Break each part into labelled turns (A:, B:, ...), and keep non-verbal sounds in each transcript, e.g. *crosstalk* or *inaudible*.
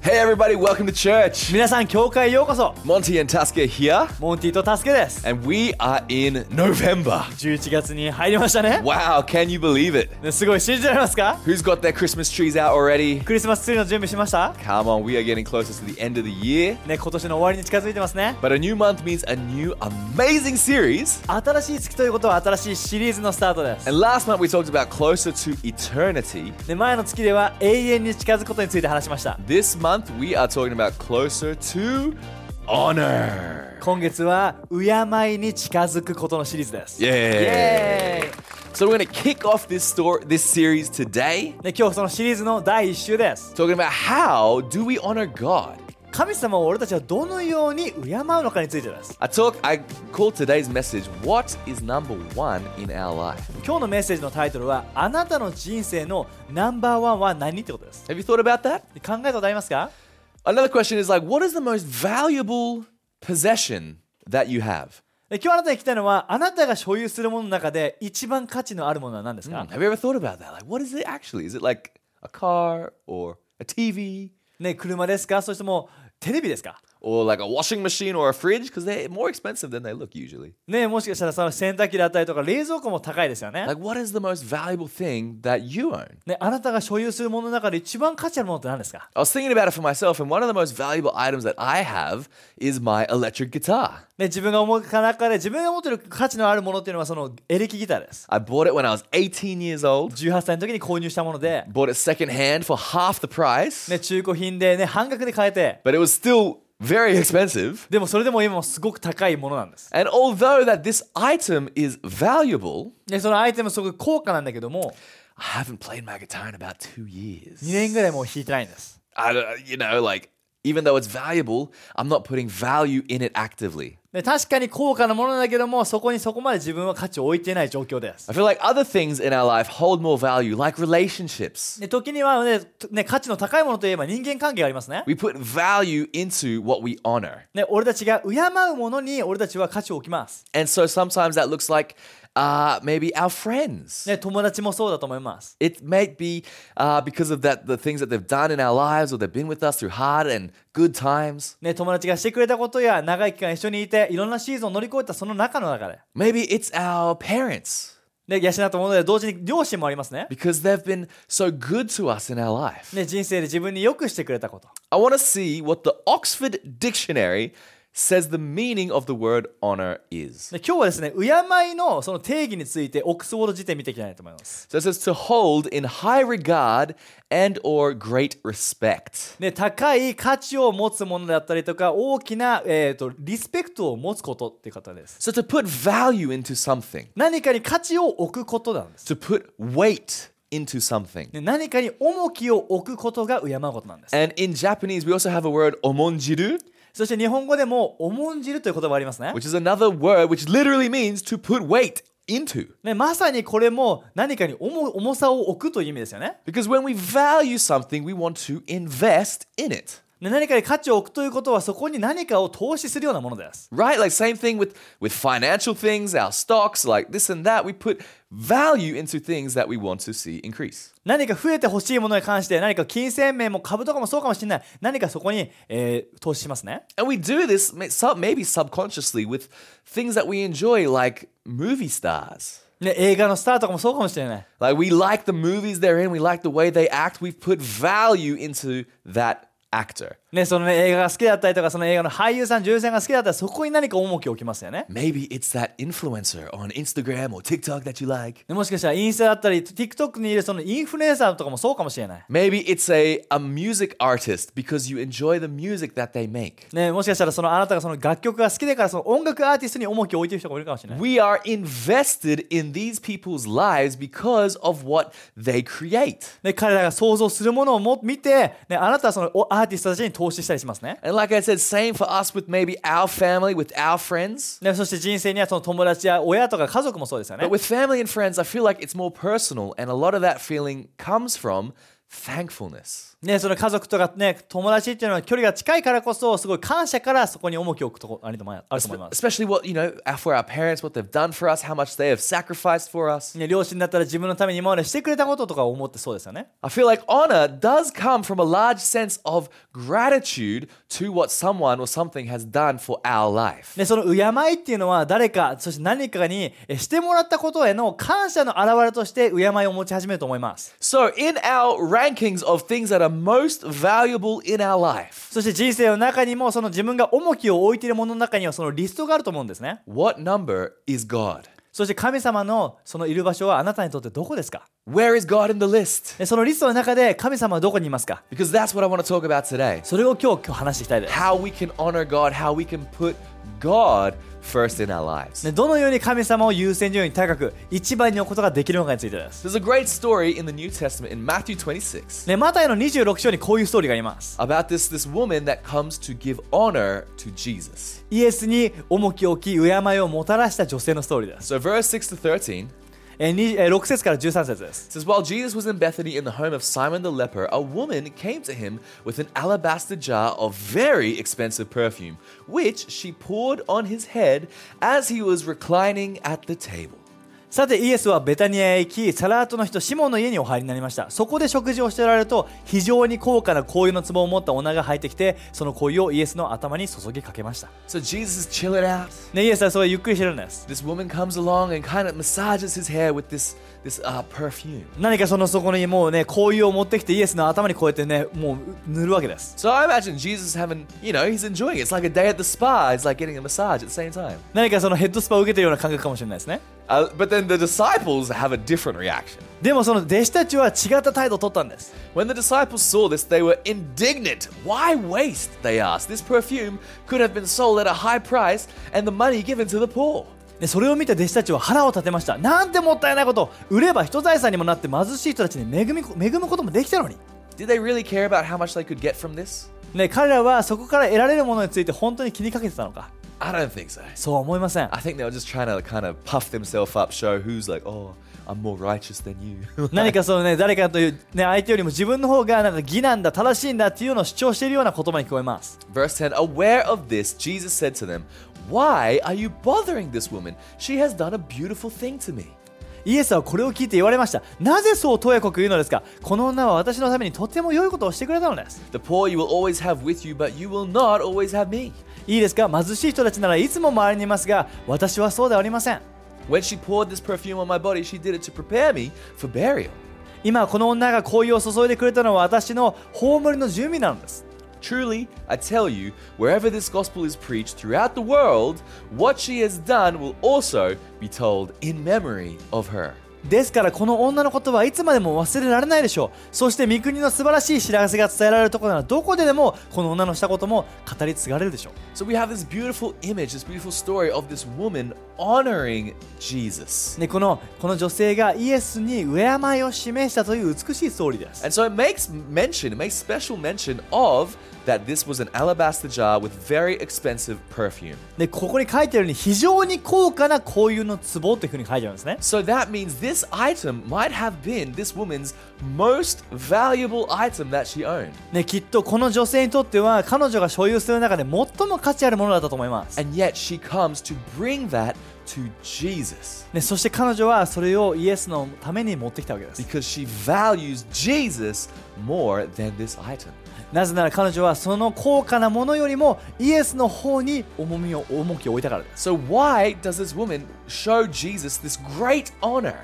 A: Hey, everybody, welcome to
B: う
A: church.
B: 皆さん教会へようこそ
A: Monty and Tusker here,
B: モンティとタスケです
A: and we are in November.
B: 11月に入りましたね
A: Wow, can you believe it?
B: ねすごい信じられますか
A: Who's got their Christmas trees out already?
B: クリスマスツリーの準備しました
A: Come on, we are getting closer to the end of the year.
B: ね今年の終わりに近づいてますね
A: But a new month means a new amazing series.
B: 新しい月ということは新しいシリーズのスタートです
A: And last month we talked about closer to eternity.
B: で前の月では永遠に近づくことについて話しました
A: This month we are talking about closer to honor.
B: 今月は敬いに近づくことのシリーズですイ
A: Yeah.
B: エーイ
A: So we're going to kick off this store this series today
B: で今日そのシリーズの第1週です
A: talking about how do we honor God?
B: 神様を俺たちはどのように敬うのかについてです
A: I talk I call today's message what is number 1 in our life.
B: 今日のメッセージのタイトルはあなたの人生のナンバーワンは何ってことです
A: Have you thought about that?
B: で考えたことありますか
A: Another question is like what is the most valuable possession that you have?
B: で今日あなたに聞きたいのはあなたが所有するものの中で一番価値のあるものは何ですか、
A: Have you ever thought about that? Like, what is it actually? Is it like a car or a TV
B: ね車ですかそしてもテレビですか
A: or like a washing machine or a fridge? Because they're more expensive than they look usually.
B: ねもしかしたらその洗濯機だったりとか冷蔵庫も高いですよね
A: Like, what is the most valuable thing that you own?
B: ねあなたが所有するものの中で一番価値あるものって何ですか
A: I was thinking about it for myself, and one of the most valuable items that I have is my electric guitar.
B: ね自分が思う中で自分が持ってる価値のあるものっていうのはそのエレキギターです
A: I bought it when I was 18 years old,
B: 18歳の時に購入したもので、
A: bought it secondhand for half the price,
B: ね、中古品で、ね、半額で買えて
A: but it was still very expensive.
B: でもそれでも今もすごく高いものなんです、
A: And although that this item is valuable,
B: ね、そのアイテムすごく高価なんだけども
A: I haven't played my guitar in about two years.
B: 2年ぐらいもう弾いてないんです
A: I don't, you know, like even though it's valuable, I'm not putting value in it actively.
B: で確かに高価なものだけどもそこにそこまで自分は価値を置いてない状況です
A: I feel like other things in our life hold more value, like relationships.
B: で時にはね、とね価値の高いものといえば人間関係がありますね
A: We put value into what we honor.
B: ね俺たちが敬うものに俺たちは価値を置きます、
A: And so sometimes that looks like uh, maybe our friends.
B: ね、友達もそうだと思います
A: It may be uh, because of that the things that they've done in our lives or they've been with us through hard and good times.
B: ね、友達がしてくれたことや長い期間一緒にいていろんなシーズンを乗り越えたその中の中で
A: Maybe it's our parents
B: で養ったもので同時に両親もありますね
A: because they've been so good to us in our life.
B: ね、人生で自分によくしてくれたこと。
A: I want to see what the Oxford Dictionary says the meaning of the word honor is.
B: で今日はですね、敬いのその定義についてオックスフォード辞典見ていきたいと思います。
A: So it says to hold in high regard and or great respect.
B: で高い価値を持つものであったりとか、大きな、えー、とリスペクトを持つことっていう方です。
A: So to put value into something,
B: 何かに価値を置くことなんです。
A: to put weight into something.
B: で何かに重きを置くことが敬うことなんです。
A: And in Japanese we also have a word omonjiru,
B: そして日本語でも重んじるという言葉がありますね。
A: which is another word which literally means to put weight into.
B: ねまさにこれも何かに重重さを置くという意味ですよね。
A: Because when we value something, we want to invest in it.
B: ね何かに価値を置くということはそこに何かを投資するようなものです。
A: right like same thing with with financial things our stocks like this and that we put value into things that we want to see increase
B: 何か増えてほしいものに関して何か金銭面も株とかもそうかもしれない何かそこに、えー投資しますね
A: and we do this may- sub- maybe subconsciously with things that we enjoy like movie stars
B: ね映画のスターとかもそうかもしれない
A: like we like the movies they're in we like the way they act we've put value into that actor
B: ねその、ね、映画が好きだったりとかその映画の俳優さん女優さんが好きだったらそこに何か重きを置きますよね
A: maybe it's that influencer on instagram or tiktok that you like
B: でもしかしたらインスタだったり TikTok にいるそのインフルエンサーとかもそうかもしれない
A: maybe it's a, a music artist because you enjoy the music that they make
B: ねもしかしたらそのあなたがその楽曲が好きだからその音楽アーティストに重きを置いてる人がいるかもしれない
A: We are invested in these people's lives because of what they create.
B: ね彼らが想像するものをも見て、ね、あなたはそのおアーティストたちに投資したりしますね。
A: And like I said, same for us with maybe our family, with our friends.
B: でそして人生にはその友達や親とか家族もそうですよね
A: But。with family and friends, I feel like it's more personal, and a lot of that feeling comes from thankfulness.
B: ね、その家族とかね、友達っていうのは距離が近いからこそ、すごい感謝からそこに重きを置くとこあると思いあると思います。
A: Especially what, you know, for our parents, what they've done for us, how much they have sacrificed for us.
B: ね、両親だったら自分のために今までしてくれたこととかを思ってそうですよね。
A: I feel like honor does come from a large sense of gratitude to what someone or something has done for our life.
B: で、その敬いっていうのは誰か、そして何かにえしてもらったことへの感謝の表れとして敬いを持ち始めると思います。
A: So, in our rankings of things that are most valuable in our life,
B: そして人生の中にもその自分が重きを置いているものの中にはそのリストがあると思うんですね。
A: what number is God?
B: そして神様のそのいる場所はあなたにとってどこですか
A: Where is God in the list?
B: でそのリストの中で神様はどこにいますか
A: Because that's what I want to talk about today.
B: それを今日今日話していきたいです。
A: How we can honor God, how we can put God first in our lives.
B: ねどのように神様を優先順位に高く一番に置くことができるのかについてです。
A: There's a great story in the New Testament in Matthew 26
B: ね、マタイの26章にこういうストーリーがあります。
A: about this this woman that comes to give honor to Jesus.
B: イエスに重きを置き、敬いをもたらした女性のストーリーです。
A: So verse 6 to 13
B: えーにえー6節から13節です。
A: says while Jesus was in Bethany in the home of Simon the leper, a woman came to him with an alabaster jar of very expensive perfume, which she poured on his head as he was reclining at the table.
B: さてイエスはベタニアへ行き、サラートの人シモンの家にお入りになりました。そこで食事をしておられると、非常に高価な香油の壺を持った女が入ってきて、その香油をイエスの頭に注ぎかけました。
A: So Jesus is chilling out.
B: ね、イエスはそれゆっくりしてるんです。
A: This woman comes along and kind of massages his hair with this this uh, perfume.
B: 何かそのそこにもうね、香油を持ってきてイエスの頭にこうやってね、もう塗るわけです。
A: So I imagine Jesus having, you know, he's enjoying it. It's like a day at the spa. It's like getting a massage at the same time.
B: 何かそのヘッドスパを受けてるような感覚かもしれないですね。
A: Uh, but then the disciples have a different reaction.
B: でもその弟子たちは違った態度を取ったんです。
A: When the disciples saw this, they were indignant. Why waste? They asked. This perfume could have been sold at a high price and the money given to the poor.
B: でそれを見た弟子たちは腹を立てましたなんてもったいないこと売れば人財産にもなって貧しい人たちに恵み恵むこともできたのに、
A: Did they really care about how much they could get from this?
B: ね、彼らはそこから得られるものについて本当に気にかけてたのか
A: I don't think so.
B: そうは思いません
A: I think they were just trying to kind of puff themselves up, show who's like, oh, I'm more righteous than you. *laughs*
B: 何かそのね誰かという、ね、相手よりも自分の方がなんか義なんだ正しいんだっていうのを主張しているような言葉に聞こえます
A: Verse 10 Aware of this, Jesus said to them, Why are you bothering this woman? She has done a beautiful thing to me.
B: イエスはこれを聞いて言われましたなぜそうとやかく言うのですかこの女は私のためにとても良いことをしてくれたのです
A: The poor you will always have with you, but you will not always have me.
B: いいですか貧しい人たちならいつも周りにいますが私はそうではありません
A: When she poured this perfume on my body, she did it to prepare me for burial.
B: 今この女が香油を注いでくれたのは私の葬りの準備なのです
A: Truly, I tell you, wherever this gospel is preached throughout the world, what she has done will also be told in memory of her.
B: ですからこの女のことはいつまでも忘れられないでしょうそして御国の素晴らしい知らせが伝えられるところならどこででもこの女のしたことも語り継がれるでしょう
A: So we have this beautiful image, this beautiful story of this woman honoring Jesus.
B: でこのこの女性がイエスに敬いを示したという美しいストーリーです
A: And so it makes mention, it makes special mention of that this was an alabaster jar with very expensive perfume.
B: でここに書いてあるように非常に高価な香油の壺というふうに書いてあるんですね
A: So that means this item might have been this woman's most valuable item that she owned.
B: ねきっとこの女性にとっては彼女が所有する中で最も価値あるものだったと思います
A: And yet she comes to bring that to Jesus
B: ね、そして彼女はそれをイエスのために持ってきたわけです。
A: because she values Jesus more than this item.
B: なぜなら彼女はその高価なものよりもイエスの方に重みを重きを置いたからです。
A: So why does this woman show Jesus this great honor?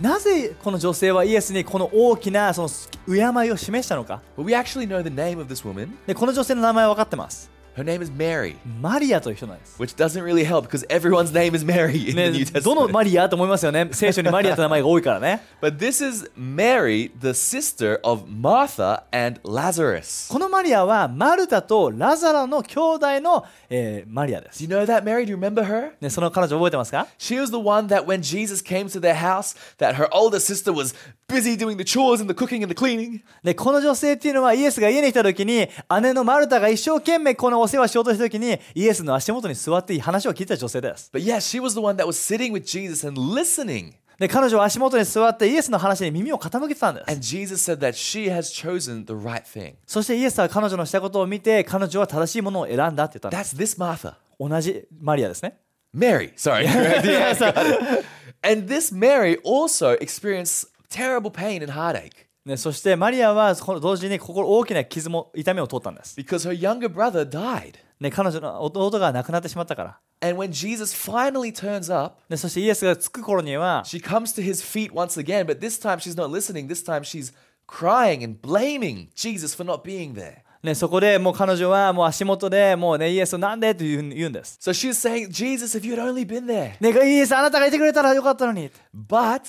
B: なぜこの女性はイエスにこの大きなその敬いを示したのか
A: Well, we actually know the name of this woman.
B: でこの女性の名前は分かってます。
A: Her name is Mary.
B: マリアという人なん
A: *laughs*
B: です。
A: which doesn't really help because everyone's name is Mary in
B: ね
A: the New、
B: どの
A: Testament.
B: マリアと思いますよね。聖書にマリアと名前が多いからね。
A: but this is Mary, the sister of Martha and Lazarus.
B: このマリアはマルタとラザラの兄弟の、えーマリアで
A: Do
B: す。
A: you know that Mary? Do you remember her?
B: ね、その彼女覚えてますか
A: She was the one that when Jesus came to their house, that her older sister was busy doing the chores and the cooking and the cleaning.
B: で、この女性っていうのはイエスが家に来た時に、姉のマルタが一生懸命このお世話しようとした時に、イエスの足元に座って話を聞いた女性です。
A: But yeah, she was the one that was sitting with Jesus and listening.
B: で、彼女は足元に座ってイエスの話に耳を傾けてたんです。
A: And Jesus said that she has chosen the right thing.
B: そしてイエスは彼女のしたことを見て、彼女は正しいものを選んだって言ったんです。
A: That's this Martha.
B: 同じマリアですね。
A: Mary, sorry. *laughs* Yeah, got it. and this Mary also experienced terrible pain and heartache
B: ね、そしてマリアはこの同時に心大きな傷も痛みを取ったんです、
A: because her younger brother died.
B: ね、彼女の弟が亡くなってしまったから、
A: And when Jesus finally turns up,
B: ね、そしてイエスが着く頃には
A: she comes to his feet once again, but this time she's not listening. This time she's crying and blaming Jesus for not being there.
B: ね、そこでもう彼女はもう足元でもうねイエスをなんでと言うん言うんです、
A: So she's saying, Jesus, if you had only been there.
B: ね、イエスあなたがいてくれたらよかったのに
A: But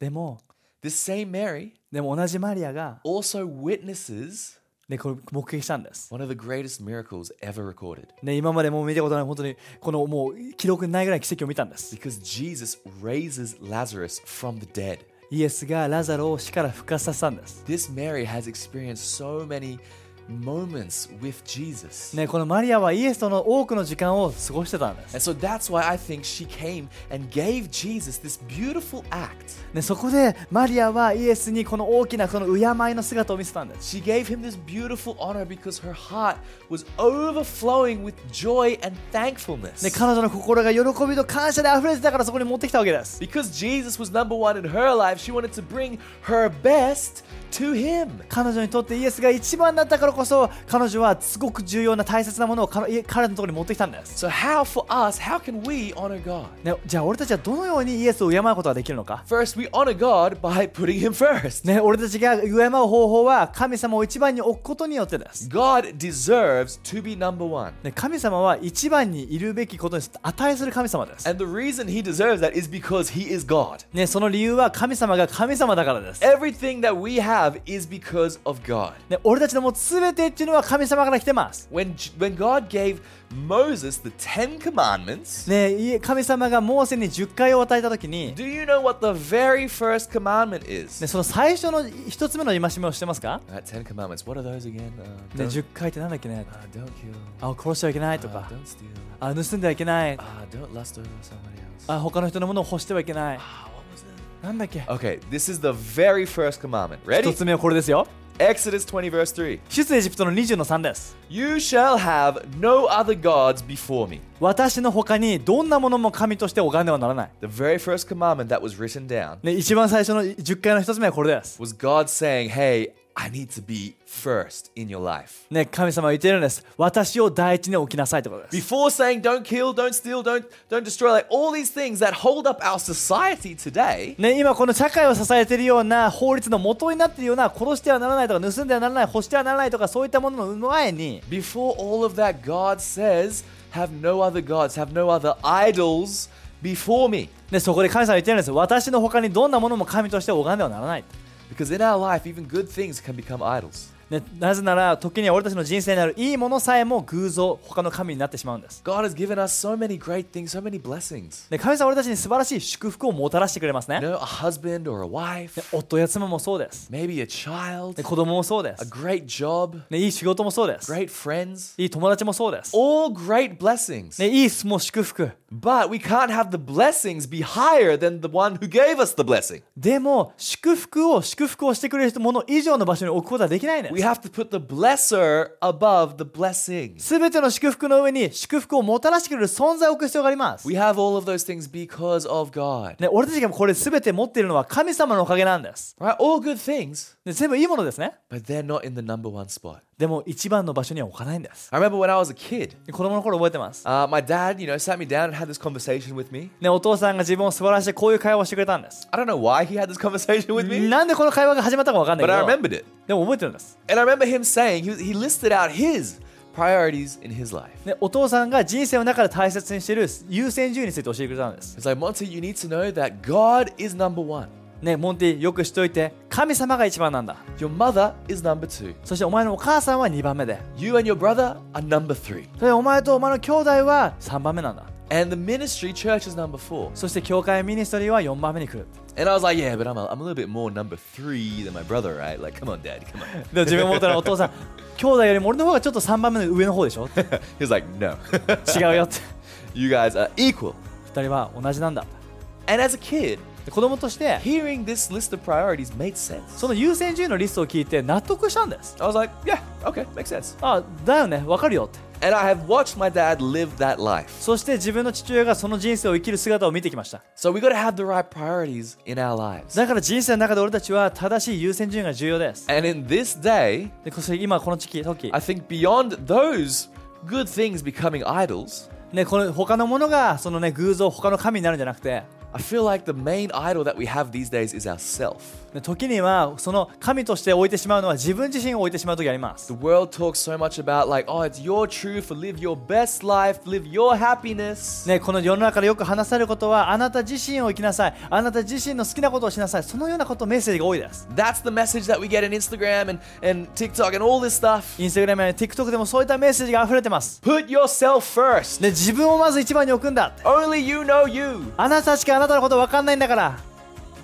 B: でも
A: this same Mary
B: でも同じマリアが、
A: also witnesses
B: ね、これ目撃したんです、
A: one of the greatest miracles ever recorded
B: ね、今までもう見たことない本当にこのもう記録にないぐらい奇跡を見たんです
A: because Jesus raises Lazarus from the dead.
B: イエスがラザロを死から復活させたんです、
A: This Mary has experienced so many moments with Jesus.
B: ね、このマリアはイエスとの多くの時間を過ごしてたんです
A: And so that's why I think she came and gave Jesus this beautiful act.
B: ね、そこでマリアはイエスにこの大きなこの敬いの姿を見せたんです。
A: She gave him this beautiful honor because her heart was overflowing with joy and
B: ね、
A: thankfulness.
B: 彼女の心が喜びと感謝で溢れてたからそこに持ってきたわけです。
A: Because Jesus was number one in her life, she wanted to bring her best to him.
B: 彼女にとってイエスが一番だったからこそ彼女はすごく重要な大切なものを彼い彼のところに持ってきたんです。
A: So, how for us, how can we honor God?
B: ね、じゃあ俺たちはどのようにイエスを敬うことができるのか、
A: First, we honor God by *laughs* putting Him first.
B: ね、俺たちが敬う方法は神様を一番に置くことによってです。
A: God deserves to be number one.
B: ね、神様は一番にいるべきことに値する神様です。
A: And the reason He deserves that is because He is God.
B: ね、その理由は神様が神様だからです。
A: Everything that we have is because of God.
B: ね、俺たちのもう全てっていうのは神様から来てます。
A: When, when God gave Moses the Ten Commandments,
B: ね、いえ神様がモーセに10回を与えた時に、
A: do you know what the very first commandment is?
B: ね、その最初の一つ目の戒めをしてますか、
A: All right, Ten Commandments. What are those again? Uh,
B: ね、
A: don't,
B: 10回ってなんだっけね
A: uh, don't kill.
B: あ殺してはいけないと
A: Uh,
B: か、
A: don't steal.
B: あ盗んではいけない、
A: Uh, don't lust over somebody else.
B: あ他の人のものを欲してはいけない。
A: Ah, what was it?
B: なんだっけ
A: Okay, this is the very first commandment.
B: 一
A: Ready?
B: つ目はこれですよ。
A: Exodus 20, verse 3.
B: 出エジプトの20の3です。
A: You shall have no other gods before me.
B: 私の他にどんなものも神として拝んではならない。
A: The very first commandment that was written down
B: ね、一番最初の10回の一つ目はこれです。
A: was God saying, Hey, I need to be first in your life.
B: ね、神様は言ってるんです。私を第一に置きなさいってことです。
A: Before saying don't kill, don't steal, don't don't destroy, like all these things that hold up our society today,
B: ね、今この社会を支えているような法律の元になっているような殺してはならないとか盗んではならない欲してはならないとかそういったものの前に、
A: before all of that, God says, Have no other gods, have no other idols before me.
B: ね、そこで神様は言ってるんです私の他にどんなものも神として拝んではならない、
A: Because in our life, even good things can become idols.
B: ね、なぜなら時には俺たちの人生にあるいいものさえも偶像他の神になってしまうんです、
A: God has given us so many great things, so many blessings.
B: ね、神様は俺たちに素晴らしい祝福をもたらしてくれますね
A: You know, a husband or a wife,
B: ね夫や妻もそうです、
A: maybe a child,
B: ね、子供もそうで
A: a
B: す、
A: great job,
B: ね、いい仕事もそうです、
A: great friends.
B: いい友達もそうです、
A: All great blessings.
B: ね、いいもう祝福
A: But we can't have the blessings be higher than the one who gave us the blessing.
B: でも祝福を祝福をしてくれるもの以上の場所に置くことはできないね
A: We have to put the blesser above the blessings.
B: すべての祝福の上に祝福をもたらしてくれる存在を置く必要があります、
A: We
B: ね、
A: have all of those things because of God.
B: 俺たちがこれすべて持っているのは神様のおかげなんです、
A: Right? All good things,
B: ね、全部いいものですね
A: but they're not in the number one spot.
B: でも一番の場所には置かないんです
A: I remember when I was a kid,
B: 子供の頃覚えてます、
A: uh, my dad, you know, sat me down and had this conversation with me.
B: ね、お父さんが自分を素晴らしいこういう会話をしてくれたんです、
A: I don't know why he had this *laughs* conversation with me,
B: なんでこの会話が始まったかわかんない
A: but I
B: けど
A: remembered it.
B: でも覚えてるんです、
A: And I remember him saying, he, was, he listed out his priorities in his life.
B: ね、お父さんが人生の中で大切にしている優先順位について教えてくれたんです、
A: It's like, Monty, you need to know that God is number one.
B: ね、モンティよく知っておいて神様が一番なんだ
A: Your mother is number two.
B: そしてお前のお母さんは2番目で
A: You and your brother are number three.
B: それでお前とお前の兄弟は3番目なんだ
A: And the ministry church is number four.
B: そして教会ミニストリーは4番目に来る
A: And I was like, yeah, but I'm a, I'm a little bit more number three than my brother, right? Like, come on, dad, come on. *laughs*
B: でも自分思ったらお父さん *laughs* 兄弟よりも俺の方がちょっと3番目の上の方でしょって
A: He was like, no,
B: 違うよって
A: *laughs* you guys are equal.
B: 2人は同じなんだ
A: And as a kid,
B: で子供として、
A: hearing this list of priorities made sense.
B: その優先順位のリストを聞いて納得したんです。
A: I was like, yeah, okay, makes sense.
B: あ、だよね、わかるよって。
A: And I have watched my dad live that life.
B: そして自分の父親がその人生を生きる姿を見てきました。
A: So we got to have the right priorities in our lives.
B: だから人生の中で俺たちは正しい優先順位が重要です。
A: And in this day,
B: で、こそ今この時期、時
A: I、think beyond those good things becoming idols,
B: ね、この他のものがそのね、偶像、他の神になるんじゃなくて、
A: I feel like the main idol that we have these days is ourself.
B: ね時にはその神として置いてしまうのは自分自身を置いてしまう時あります
A: The。world talks so much about like, oh, it's your truth, live your best life, live your happiness.
B: ね、この世の中でよく話されることはあなた自身を生きなさいあなた自身の好きなことをしなさいそのようなことメッセージが多いです
A: That's the message that we get in Instagram and, and TikTok and all this stuff.
B: インスタグラムや TikTok でもそういったメッセージが溢れてます
A: Put yourself first.
B: で自分をまず一番に置くんだって
A: Only you know you.
B: あなたしかあなたのこと分かんないんだから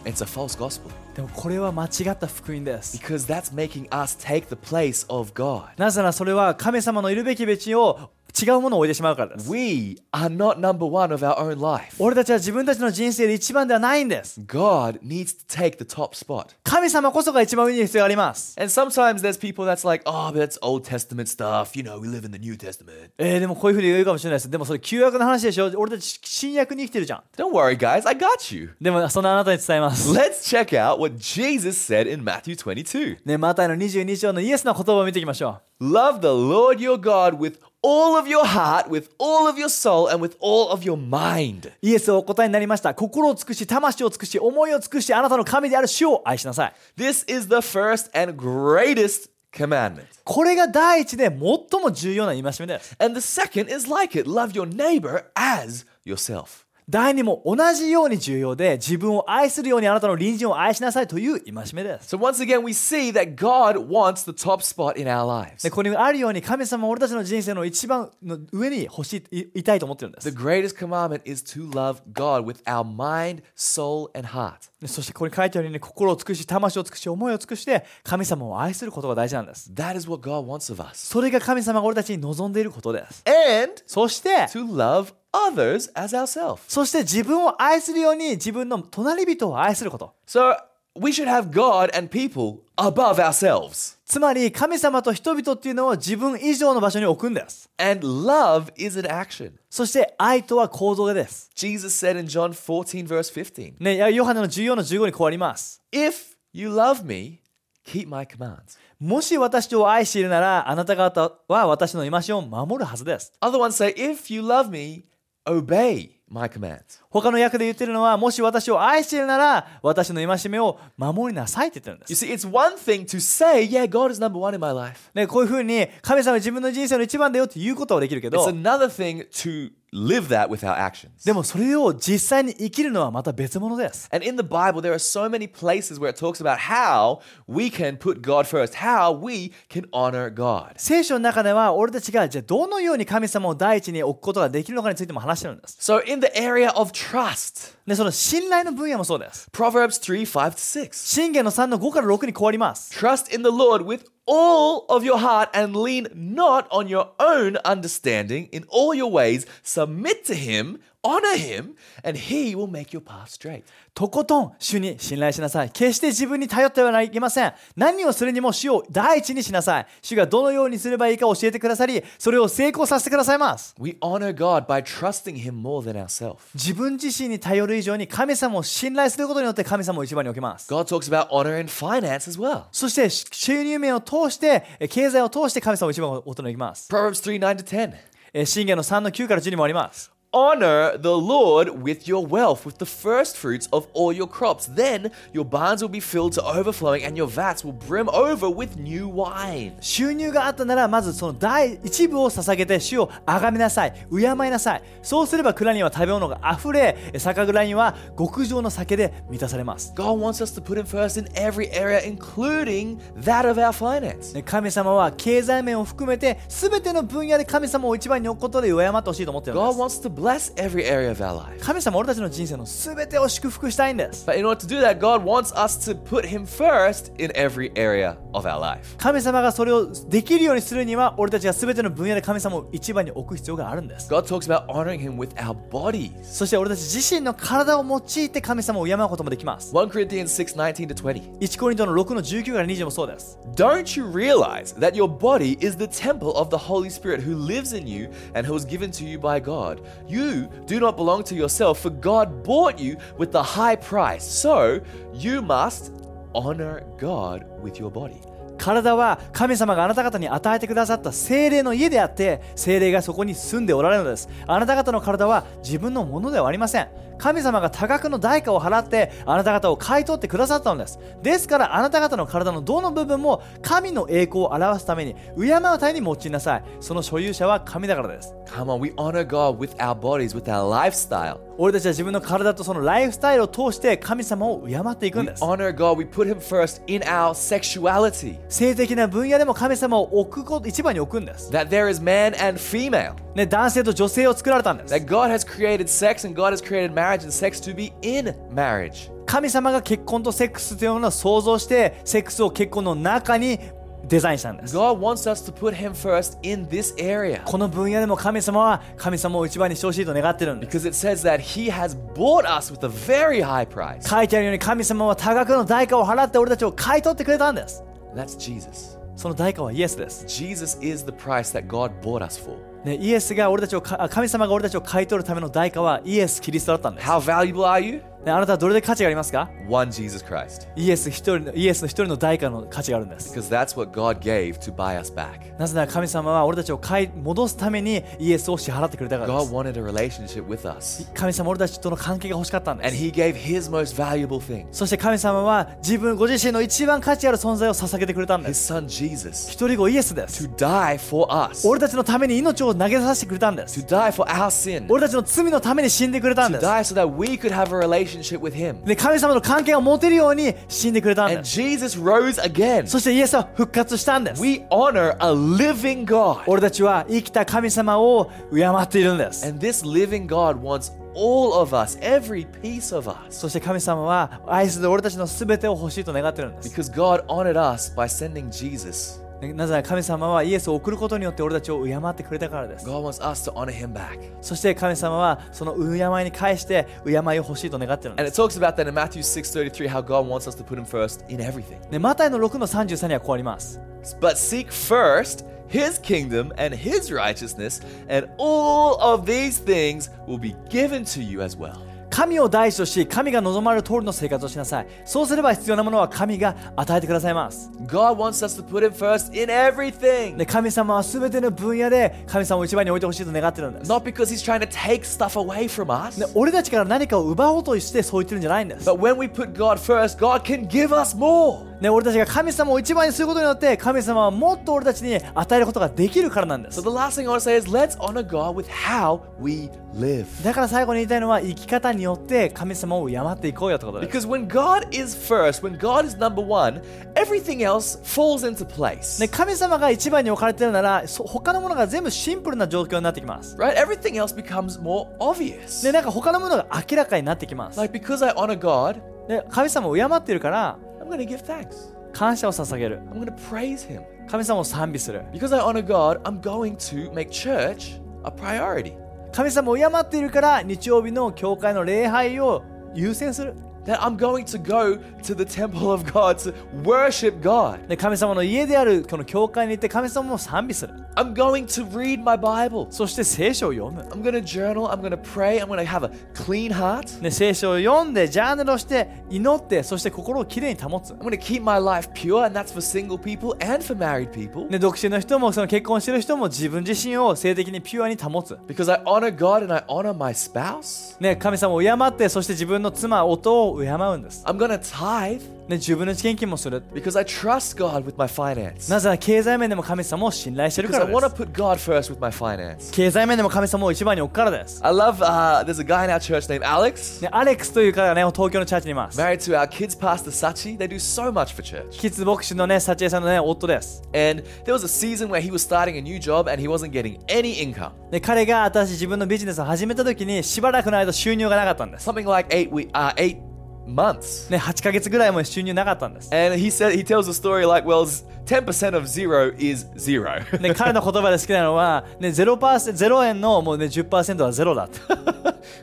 A: It's a false gospel
B: でもこれは間違った福音です
A: because that's making us take the place of God.
B: なぜならそれは神様のいるべきべきを違うものを置いてしまうからです
A: We are not number one of our own life.
B: 俺たちは自分たちの人生で一番ではないんです
A: God needs to take the top spot.
B: 神様こそが一番上にいる必要があります
A: And sometimes there's people that's like, oh, but that's Old Testament stuff. You know, we live in the New Testament.
B: えー、でもこういうふうに言うかもしれないですでもそれ旧約の話でしょ俺たち新約に生きてるじゃん
A: Don't worry, guys, I got you.
B: でもそのあなたに伝えま
A: *laughs*
B: す
A: Let's check out what Jesus said in Matthew 22.
B: ね、マタイの22章のイエスの言葉を見ていきましょ
A: Love the Lord your God with all of your heart, with all of your soul, and with all of your mind.
B: う。イエスはお答えになりました。心を尽くし、魂を尽くし、思いを尽くし、あなたの神である主を愛しなさい。
A: This is the first and greatest commandment.
B: これが第一で最も重要な戒めです。
A: And the second is like it love your neighbor as yourself.
B: 第二も同じように重要で、自分を愛するようにあなたの隣人を愛しなさいという戒めです。
A: So once again, we see that God wants the top spot in our lives.
B: でここにあるように神様は俺たちの人生の一番の上に欲しいいいたいと思ってるんで
A: The
B: す。
A: greatest commandment is to love God with our mind, soul, and heart.
B: でそしてここに書いてあるように心を尽くし、魂を尽くし、思いを尽くして神様を愛することが大事なんです。
A: That is what God wants of us.
B: それが神様が俺たちに望んでいることです。
A: And
B: そして、
A: to love others as ourselves.
B: そして自分を愛するように自分の隣人を愛すること。
A: So we should have God and people above ourselves.
B: つまり神様と人々っていうのを自分以上の場所に置くんです。
A: And love is an action.
B: そして愛とは行動です。
A: Jesus said in John 14, verse 15,
B: ね、ヨハネの14の15にこうあります。
A: If you love me, keep my commands.
B: もし私を愛しているならあなた方は私の戒めを守るはずです。
A: Other ones say, If you love me, obey my commands.
B: 他の訳で言ってるのはもし私を愛しているなら私の戒めを守りなさいって言ってるんで
A: You
B: す。
A: see, it's one thing to say, Yeah, God is number one in my life.
B: ね、こういうふうに神様は自分の人生の一番だよって言うことはできるけ
A: It's
B: ど
A: another thing to live that with our actions.
B: でもそれを実際に生きるのはまた別物です。
A: And in the Bible, there are so many places where it talks about how we can put God first, how we can honor God.
B: 聖書の中では俺たちがじゃあどのように神様を第一に置くことができるのかについても話してるんです。
A: So, in the area of trust,
B: で、その信頼の分野もそうです。
A: Proverbs 3 5 to 6.
B: 信玄の3の5から6に変わります。
A: Trust in the Lord with all of your heart and lean not on your own understanding. In all your ways, submit to Him, honor Him, and He will make your path straight.
B: とことん主に信頼しなさい。決して自分に頼ってはいけません。何をするにも主を第一にしなさい。主がどのようにすればいいか教えてくださり、それを成功させてくださいます。
A: We honor God by trusting Him more than ourselves.
B: 自分自身に頼る以上に神様を信頼することによって神様を一番に置きます。
A: God talks about honor in finance as well.
B: そして収入面を通して、え経済を通して神様を一番に置きます。
A: Proverbs 3 9 to 10.
B: え信玄の3の9から10にもあります。
A: Honor the Lord with your wealth, with the first fruits of all your crops. Then your barns will be filled to overflowing, and your vats will brim over with new wine.
B: 収入があったならまずその第一部を捧げて主を崇めなさい敬いなさいそうすれば蔵には食べ物があふれ酒蔵には極上の酒で満たされます
A: God wants us to put Him first in every area, including that of our finance.
B: ね神様は経済面を含めて全ての分野で神様を一番に置くことで敬ってほしいと思ってるんで
A: God
B: す
A: wants to Bless every area of our life.
B: 神様俺たちの人生の全てを祝福したいんです
A: But in order to do that, God wants us to put Him first in every area of our life.
B: 神様がそれをできるようにするには俺たちが全ての分野で神様を一番に置く必要があるんです
A: God talks about honoring Him with our bodies.
B: そして俺たち自身の体を用いて神様を敬うこともできます
A: 1 Corinthians 6 19 to 20.
B: 1コリントの6の19から20もそうです
A: Don't you realize that your body is the temple of the Holy Spirit who lives in you and who was given to you by God? You do not belong to yourself, for God bought you with a high price. So you must honor God with your body.
B: 体は神様があなた方に与えてくださった精霊の家であって精霊がそこに住んでおられるのですあなた方の体は自分のものではありません神様が多額の代価を払ってあなた方を買い取ってくださったのですですからあなた方の体のどの部分も神の栄光を表すために敬うために用いなさいその所有者は神だからです
A: Come on, we honor God with our bodies, with our lifestyle.
B: 俺たちは自分の体とそのライフスタイルを通して神様を敬っていくん
A: We
B: です
A: honor God, we put Him first in our sexuality.
B: 性的な分野でも神様を置くこと一番に置くんです、
A: That there is man and female.
B: ね、男性と女性を作られたんです
A: That God has created sex and God has created marriage and sex to be in marriage.
B: 神様が結婚とセックスというものを想像してセックスを結婚の中にデザインしたんです
A: God wants us to put Him first in this area.
B: この分野でも神様は神様を一番にしてほしいと願ってるんです
A: Because it says that he has bought us with a very high price.
B: 書いてあるように神様は多額の代価を払って俺たちを買い取ってくれたんです
A: And that's Jesus.
B: その代価はイエスです、
A: Jesus is the price that God bought us for.
B: ね、イエスが俺たちをかあ神様が俺たちを買い取るための代価はイエス・キリストだったんです、
A: How valuable are you?
B: ね、あなたはどれだけ価値がありますか
A: One Jesus Christ.
B: イエス一人のイエスの一人の代価の価値があるんです
A: Because that's what God gave to buy us back.
B: なぜなら神様は俺たちを買い戻すためにイエスを支払ってくれたからで
A: God
B: す
A: wanted a relationship with us.
B: 神様は俺たちとの関係が欲しかったんです
A: And he gave his most valuable thing,
B: そして神様は自分ご自身の一番価値ある存在を捧げてくれたんで
A: his
B: す。
A: son Jesus,
B: 一人子イエスで
A: to
B: す。
A: die for us,
B: 俺たちのために命を投げさせてくれたんで
A: to
B: す。
A: die for our sin,
B: 俺たちの罪のために死んでくれた
A: to
B: んで
A: die so
B: す。
A: that we could have a relationship with him.
B: で、神様の関係を持てるように死んでくれたんで
A: And
B: す。
A: Jesus rose again.
B: そしてイエスは復活したんです。
A: We honor a living God.
B: 俺たちは生きた神様を敬っているんです。
A: And this living God wants all of us, every piece of us.
B: そして神様は愛する俺たちの全てを欲しいと願ってるんです。
A: Because God honored us by sending Jesus.
B: でなぜなら神様はイエスを送ることによって俺たちを敬ってくれたからです。
A: God wants us to honor him back.
B: そして神様はその敬いに返して敬いを欲しいと願ってるんです
A: And。it talks about that in Matthew 6:33 how God wants us to put him first in everything.
B: ね、マタイの6の33にはこうあります。
A: But seek first his kingdom and his righteousness, and all of these things will be given to you as well.
B: 神を大事とし、神が望まれる通りの生活をしなさい。そうすれば必要なものは神が与えてくださいます。
A: God wants us to put him first in everything.
B: で神様は全ての分野で神様を一番に置いてほしいと願ってるんです。
A: Not because he's trying to take stuff away from us,
B: で俺たちから何かを奪おうとしてそう言ってるんじゃないんです。
A: but when we put God first, God can give us more.
B: ね、俺たちが神様を一番にすることによって神様はもっと俺たちに与えることができるからなんで
A: So
B: す。
A: the last thing I want to say is let's honor God with how we live.
B: だから最後に言いたいのは生き方によって神様を敬っていこうよってことです。
A: Because when God is first, when God is number one, everything else falls into place.
B: ね、神様が一番に置かれてるならそ他のものが全部シンプルな状況になってきます。
A: Right? Everything else becomes more obvious.
B: でなんか他のものが明らかになってきます
A: Like because I honor God,
B: で神様を敬っているから
A: I'm going to give thanks.
B: 感謝を捧げる
A: I'm going to praise Him.
B: 神様を賛美する
A: Because I honor God, I'm going to make church a priority.
B: 神様を敬っているから日曜日の教会の礼拝を優先する
A: That I'm going to go to the temple of God to worship God.
B: で神様の家であるこの教会に行って神様を賛美する
A: I'm going to read my Bible.
B: そして聖書を読む、
A: I'm going to journal. I'm going to pray. I'm going to have a clean heart.
B: ね、聖書を読んでジャーナルをして祈ってそして心をきれいに保つ
A: I'm、going to keep my life pure, and that's for single people and for married people.
B: ね、独身の人もその結婚してる人も自分自身を性的にピュアに保つ
A: Because I honor God and I honor my spouse.
B: ね、神様を敬ってそして自分の妻夫をを敬うんです、
A: I'm going to tithe
B: ね、自分の献金もする
A: because I trust God with my finance.
B: なぜなら経済面でも神様を信頼してる
A: Because
B: か
A: I
B: らで
A: want to
B: す
A: put God first with my finance.
B: 経済面でも神様を一番に置くからです、
A: I love, uh, there's a guy in our church named Alex,
B: ね、アレックスという方がね東京のチャーチにいます、
A: married to our kids pastor Sachi. They do so much for church.
B: キッズ牧師のね幸恵さんのね夫です、
A: And there was a season where he was starting a new job and he wasn't getting any income.
B: ね、彼が私自分のビジネスを始めた時にしばらくの間収入がなかったんです、
A: Something like eight we uh, eight months.
B: ね、8ヶ月ぐらいも収入なかったんです、
A: And he said he tells a story like, well, ten percent of zero is zero. *laughs*
B: ね、彼の言葉で好きなのは、ね、0%, 0円のもう、ね、10%はゼロだって *laughs*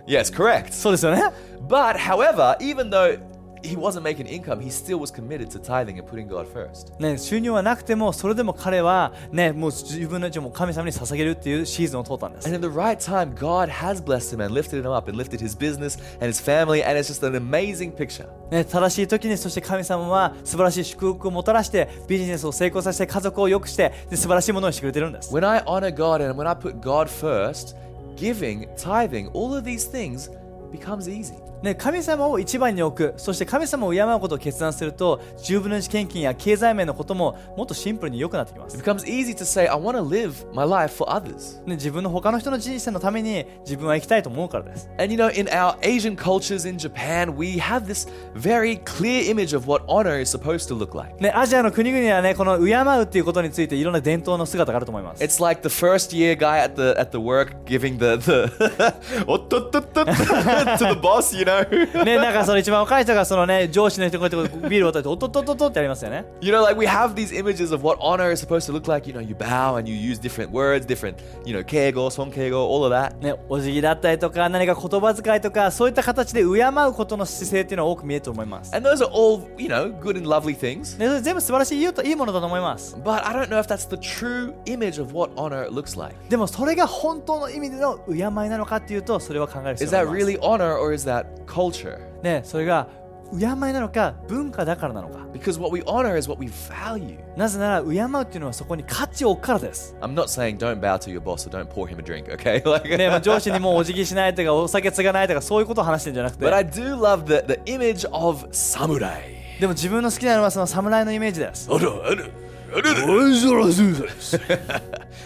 A: yes, correct.
B: そうですよね
A: But however, even though he wasn't making income, he still was committed to tithing and putting God first.
B: ね収入はなくてもそれでも彼は、ね、もう自分の命をもう神様に捧げるっていうシーズンを通ったんです
A: And in the right time, God has blessed him and lifted him up and lifted his business and his family, and it's just an amazing picture.
B: ね、正しい時にそして神様は素晴らしい祝福をもたらしてビジネスを成功させて家族を良くしてで素晴らしいものをしてくれてるんです、
A: When I honor God and when I put God first, giving, tithing, all of these things becomes easy.
B: ね、神様を一番に置くそして神様を敬うことを決断すると十分の一献金や経済面のことももっとシンプルに良くなってきま
A: It
B: す、ね、
A: becomes easy to say, I want to live my life for others.
B: 自分の他の人の人生のために自分は生きたいと思うからです
A: And you know, in our Asian cultures in Japan, we have this very clear image of what honor is supposed to look like.
B: ね、アジアの国々はね、この敬うっていうことについていろんな伝統の姿があると思います。
A: It's like the first year guy at the at the work giving the the *laughs* to the boss, you know. *laughs*
B: ね、なんかその一番若い人がそのね、上司の人がこうやってビールを渡して、おっとっとっとっとってやりますよね。
A: You know, like we have these images of what honor is supposed to look like. You know, you bow and you use different words, different, you know, keigo, sonkeigo, all of that.
B: ね、お辞儀だったりとか、何か言葉遣いとか、そういった形で敬うことの姿勢っていうのは多く見えると思います。ね、
A: And those are all, you know, good and lovely things.
B: それ全部素晴らしいいいといいものだと思います。
A: But I don't know if that's the true image of what honor looks like.
B: でもそれが本当の意味での敬いなのかっていうと、それは考える
A: Is
B: 必要
A: that
B: があります。
A: really honor or is that culture?
B: ね、それが敬いなのか、文化だからなのか。
A: Because what we honor is what we value.
B: なぜなら、敬うっていうのはそこに価値を置くからです。
A: I'm not saying don't bow to your boss or don't pour him a drink, okay? *laughs* Like,
B: ね、まあ、上司にもうお辞儀しないとかお酒継がないとかそういうことを話してんじゃなくて
A: but I do love the, the image of samurai. *laughs*
B: でも自分の好きなのはその侍のイメージです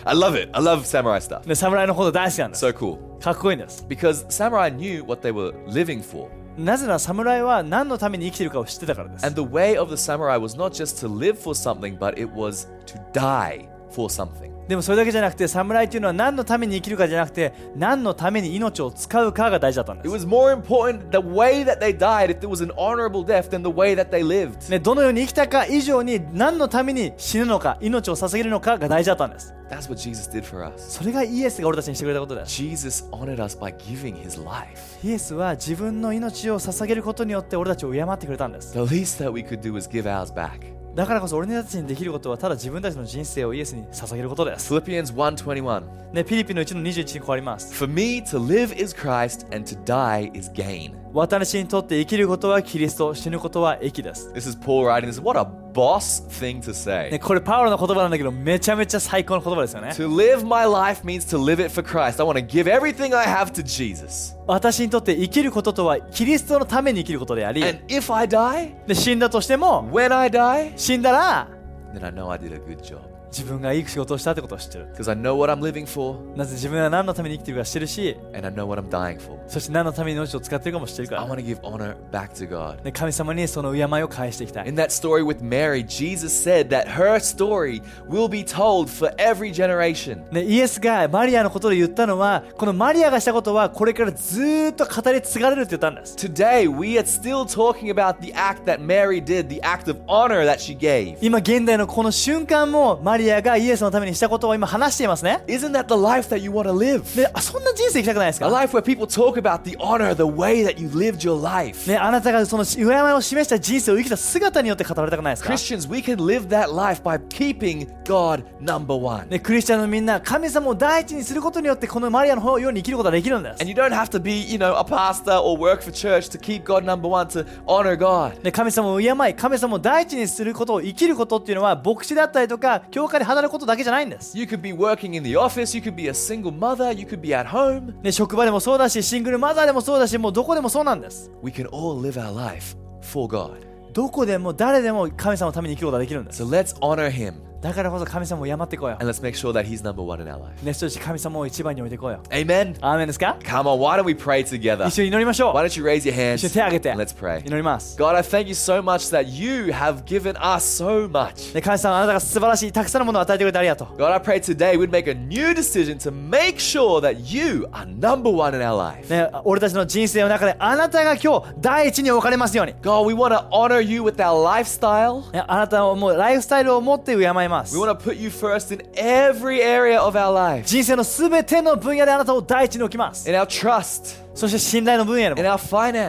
A: I love it. I love samurai stuff.
B: で侍のこと大好きなんです
A: So cool.
B: かっこいいんです
A: Because samurai knew what they were living for.
B: なぜなら侍は何のために生きてるかを知ってたからです
A: And the way of the samurai was not just to live for something, but it was to die for something.
B: でもそれだけじゃなくて侍っていうのは何のために生きるかじゃなくて何のために命を使うかが大事だったんで
A: It
B: す
A: was more important the way that they died, if there was an honorable death, than the way that they lived.
B: ね、どのように生きたか以上に何のために死ぬのか命を捧げるのかが大事だったんです
A: That's what Jesus did for us.
B: それがイエスが俺たちにしてくれたことです
A: Jesus honored us by giving his life.
B: イエスは自分の命を捧げることによって俺たちを敬ってくれたんです
A: The least that we could do is give ours back.
B: だからこそ俺たちにできることはただ自分たちの人生をイエスに捧げることです。
A: Philippians 1:21.
B: ね、ピリピの1の21に変わります。
A: For me to live is Christ and to die is gain.
B: 私にとって生きることはキリスト、死ぬことは益です。
A: This is Paul writing this. What a boss thing to
B: ね、
A: say.
B: これパウロの言葉なんだけどめちゃめちゃ最高の言葉ですよね。
A: To live my life means to live it for Christ. I want to give everything I have to Jesus.
B: 私にとって生きることとはキリストのために生きることであり、
A: And if I die,
B: で死んだとしても
A: when I die,
B: 死んだら
A: then I know I did a good job.
B: 自分がいい仕事をしたってことを知ってる。
A: Because I know what I'm living for
B: なぜ自分は何のために生きてるか知ってるし、
A: and I know what I'm dying for.
B: そして何のために命を使ってるかも知ってるか
A: I
B: ら、
A: want to give honor back to God.
B: ね、神様にその敬いを返していきたい
A: In。that story with Mary, Jesus said that her story will be told for every generation.
B: ね、イエスがマリアのことで言ったのはこのマリアがしたことはこれからずーっと語り継がれるって言ったんです
A: Today, we are still talking about the act that Mary did, the act of honor that she gave.
B: 今現代のこの瞬間もマリアがイエスのためにしたことを今話していますね
A: Isn't that the life that you want to live?
B: であそんな人生生きたくないです
A: A
B: か
A: life where people talk about the honor, the way that you lived your life.
B: ね、あなたがその敬いを示した人生を生きた姿によって語られたくないですか、
A: Christians, we can live that life by keeping God number one.
B: ね、クリスチャンのみんな神様を第一にすることによってこのマリアのように生きることができるんです
A: And you don't have to be, you know, a pastor or work for church to keep God number one, to honor God.
B: ね、神様を敬い神様を第一にすることを生きることっていうのは牧師だったりとか教教会で働くことだけじゃないんです、
A: You could be working in the office, you could be a single mother, you could be at home.
B: ね、職場でもそうだしシングルマザーでもそうだしもうどこでもそうなんです
A: We can all live our life for God.
B: どこでも誰でも神様のために生きることができるんです
A: So let's honor Him
B: だからこそ神様を敬ってこいよ
A: and let's make sure that He's number one in our life.
B: ねそして神様を一番に置いてこいよ
A: Amen.
B: アーメンですか
A: Come on, why don't we pray together?
B: 一緒に祈りましょ
A: Why
B: う
A: don't you raise your hands
B: 一緒に手を挙げて
A: and let's pray?
B: 祈ります、
A: God, I thank you so much that you have given us so much.
B: ね、神様あなたが素晴らしいたくさんのものを与えてくれてありがとう
A: God, I pray today we'd make a new decision to make sure that you are number one in our life.
B: ね、俺たちの人生の中であなたが今日第一に置かれますように、ね、
A: God, we want to honor you with our lifestyle.
B: あなたをもうライフスタイルを持って敬います
A: We want to put you first in every area of our life.
B: 人生のすべての分野であなたを第一に置きます
A: In our trust,
B: そして信頼の分野で
A: in
B: も
A: our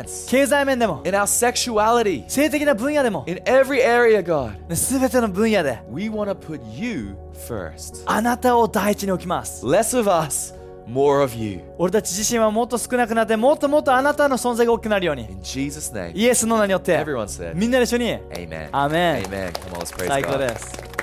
A: finance,
B: 経済面でも
A: in our sexuality,
B: 性的な分野でも
A: in every area, God.
B: すべての分野で
A: We want to put you first.
B: あなたを第一に置きます
A: Less of us, more of you.
B: 俺たち自身はもっと少なくなってもっともっとあなたの存在が大きくなるように
A: In Jesus' name.
B: イエスの名によって
A: Everyone said,
B: みんなで一緒に
A: Amen.
B: Amen.
A: Amen. Come on, let's praise
B: 最高
A: God.
B: です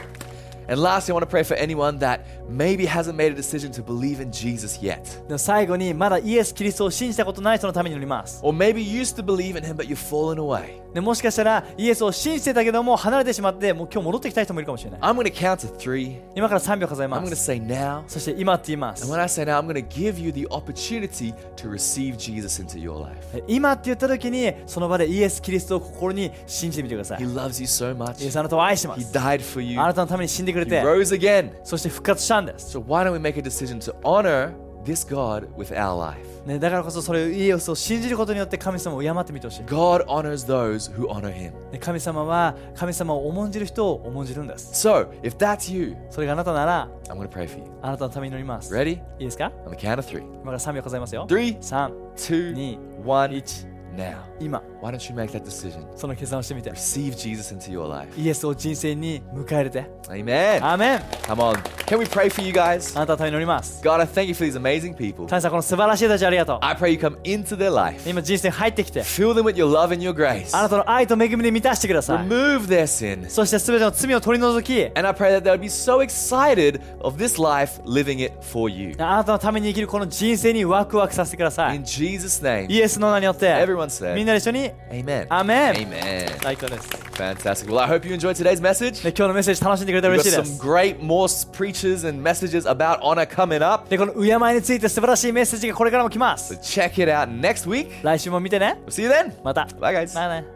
A: And lastly, I want to pray for anyone that maybe hasn't made a decision to believe in Jesus yet.
B: でも最後にまだイエス・キリストを信じたことない人のために祈ります
A: Or maybe you used to believe in him, but you've fallen away.
B: でもしかしたらイエスを信じてたけども離れてしまってもう今日戻ってきた人もいるかもしれない
A: I'm going to count to three.
B: 今から3秒数え
A: I'm
B: ま
A: going to
B: す
A: say now.
B: そして今って言います
A: And when I say now, I'm going to give you the opportunity to receive Jesus into your life.
B: 今って言った時にその場でイエス・キリストを心に信じてみてくださ
A: He
B: い
A: loves you so much.
B: イエス
A: He
B: あなたを愛してます
A: died for you.
B: あなたのために死んでくれ
A: He
B: て
A: rose again.
B: そして復活したんです、
A: So why don't we make a decision to honor this God with our life?
B: ね、だからこそそれをイエスを信じることによって神様を敬ってみてほしい
A: God honors those who honor him.
B: ね神様は神様を重んじる人を重んじるんです
A: So if that's you,
B: それがあなたなら
A: I'm going to pray for you.
B: あなたのために祈ります
A: Ready?
B: いいですか
A: On the count of three.
B: 今から3秒数えますよ
A: Three,
B: 3
A: two,
B: Ni.
A: one.
B: 1
A: Now,
B: 今
A: why don't you make that decision?
B: その決断をしてみて
A: Receive Jesus into your life.
B: イエスを人生に迎え入れて
A: Amen.
B: アーメン
A: Come on. Can we pray for you guys?
B: あなたのために祈ります
A: God, I thank you for these amazing people.
B: 神様この素晴らしい人たちありがとう
A: I pray you come into their life.
B: 今人生に入ってきて
A: Fill them with your love and your grace.
B: あなたの愛と恵みで満たしてください
A: Remove their sin.
B: そして全ての罪を取り除き
A: And I pray that they'll be so excited of this life living it for you.
B: あなたのために生きるこの人生にワクワクさせてくださ
A: In
B: い
A: Jesus' name.
B: イエスの名によって
A: Everyone said
B: みんなで一緒に
A: Amen.
B: Amen.
A: Amen.
B: 最高です、ね、
A: Fantastic. Well, I hope you enjoyed today's message.
B: 今日のメッセージ楽しんでくれたら
A: We've got
B: 嬉しいで
A: some
B: す
A: great more preachers and messages about honor coming up.
B: でこの敬いについて素晴らしいメッセージがこれからも来ます
A: Check it out next week.
B: 来週も見てね
A: We'll see you then.
B: また
A: Bye, guys.
B: またね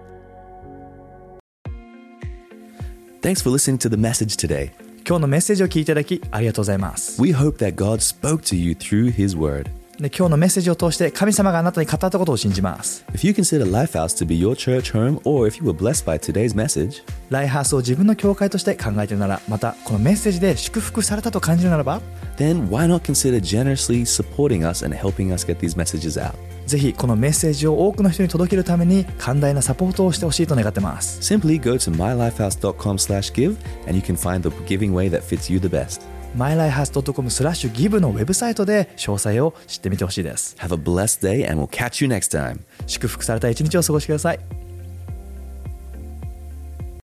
A: Thanks for listening to the message today.
B: 今日のメッセージを聞いていただきありがとうございます、
A: We hope that God spoke to you through His Word.
B: ね、今日のメッセージを通して神様があなたに語ったことを信じます
A: If you consider Lifehouse to be your church home, or if you were blessed by today's message,
B: ライハースを自分の教会として考えているならまたこのメッセージで祝福されたと感じるならば
A: then why not consider generously supporting us and helping us get these messages out?
B: ぜひこのメッセージを多くの人に届けるために寛大なサポートをしてほしいと願ってます
A: Simply go to mylifehouse.com/give, and you can find the giving way that fits you the best.
B: mylifehouse.com スラッシュギブのウェブサイトで詳細を知ってみてほしいです
A: Have a blessed day, and we'll catch you next time.
B: 祝福された一日を過ごしてください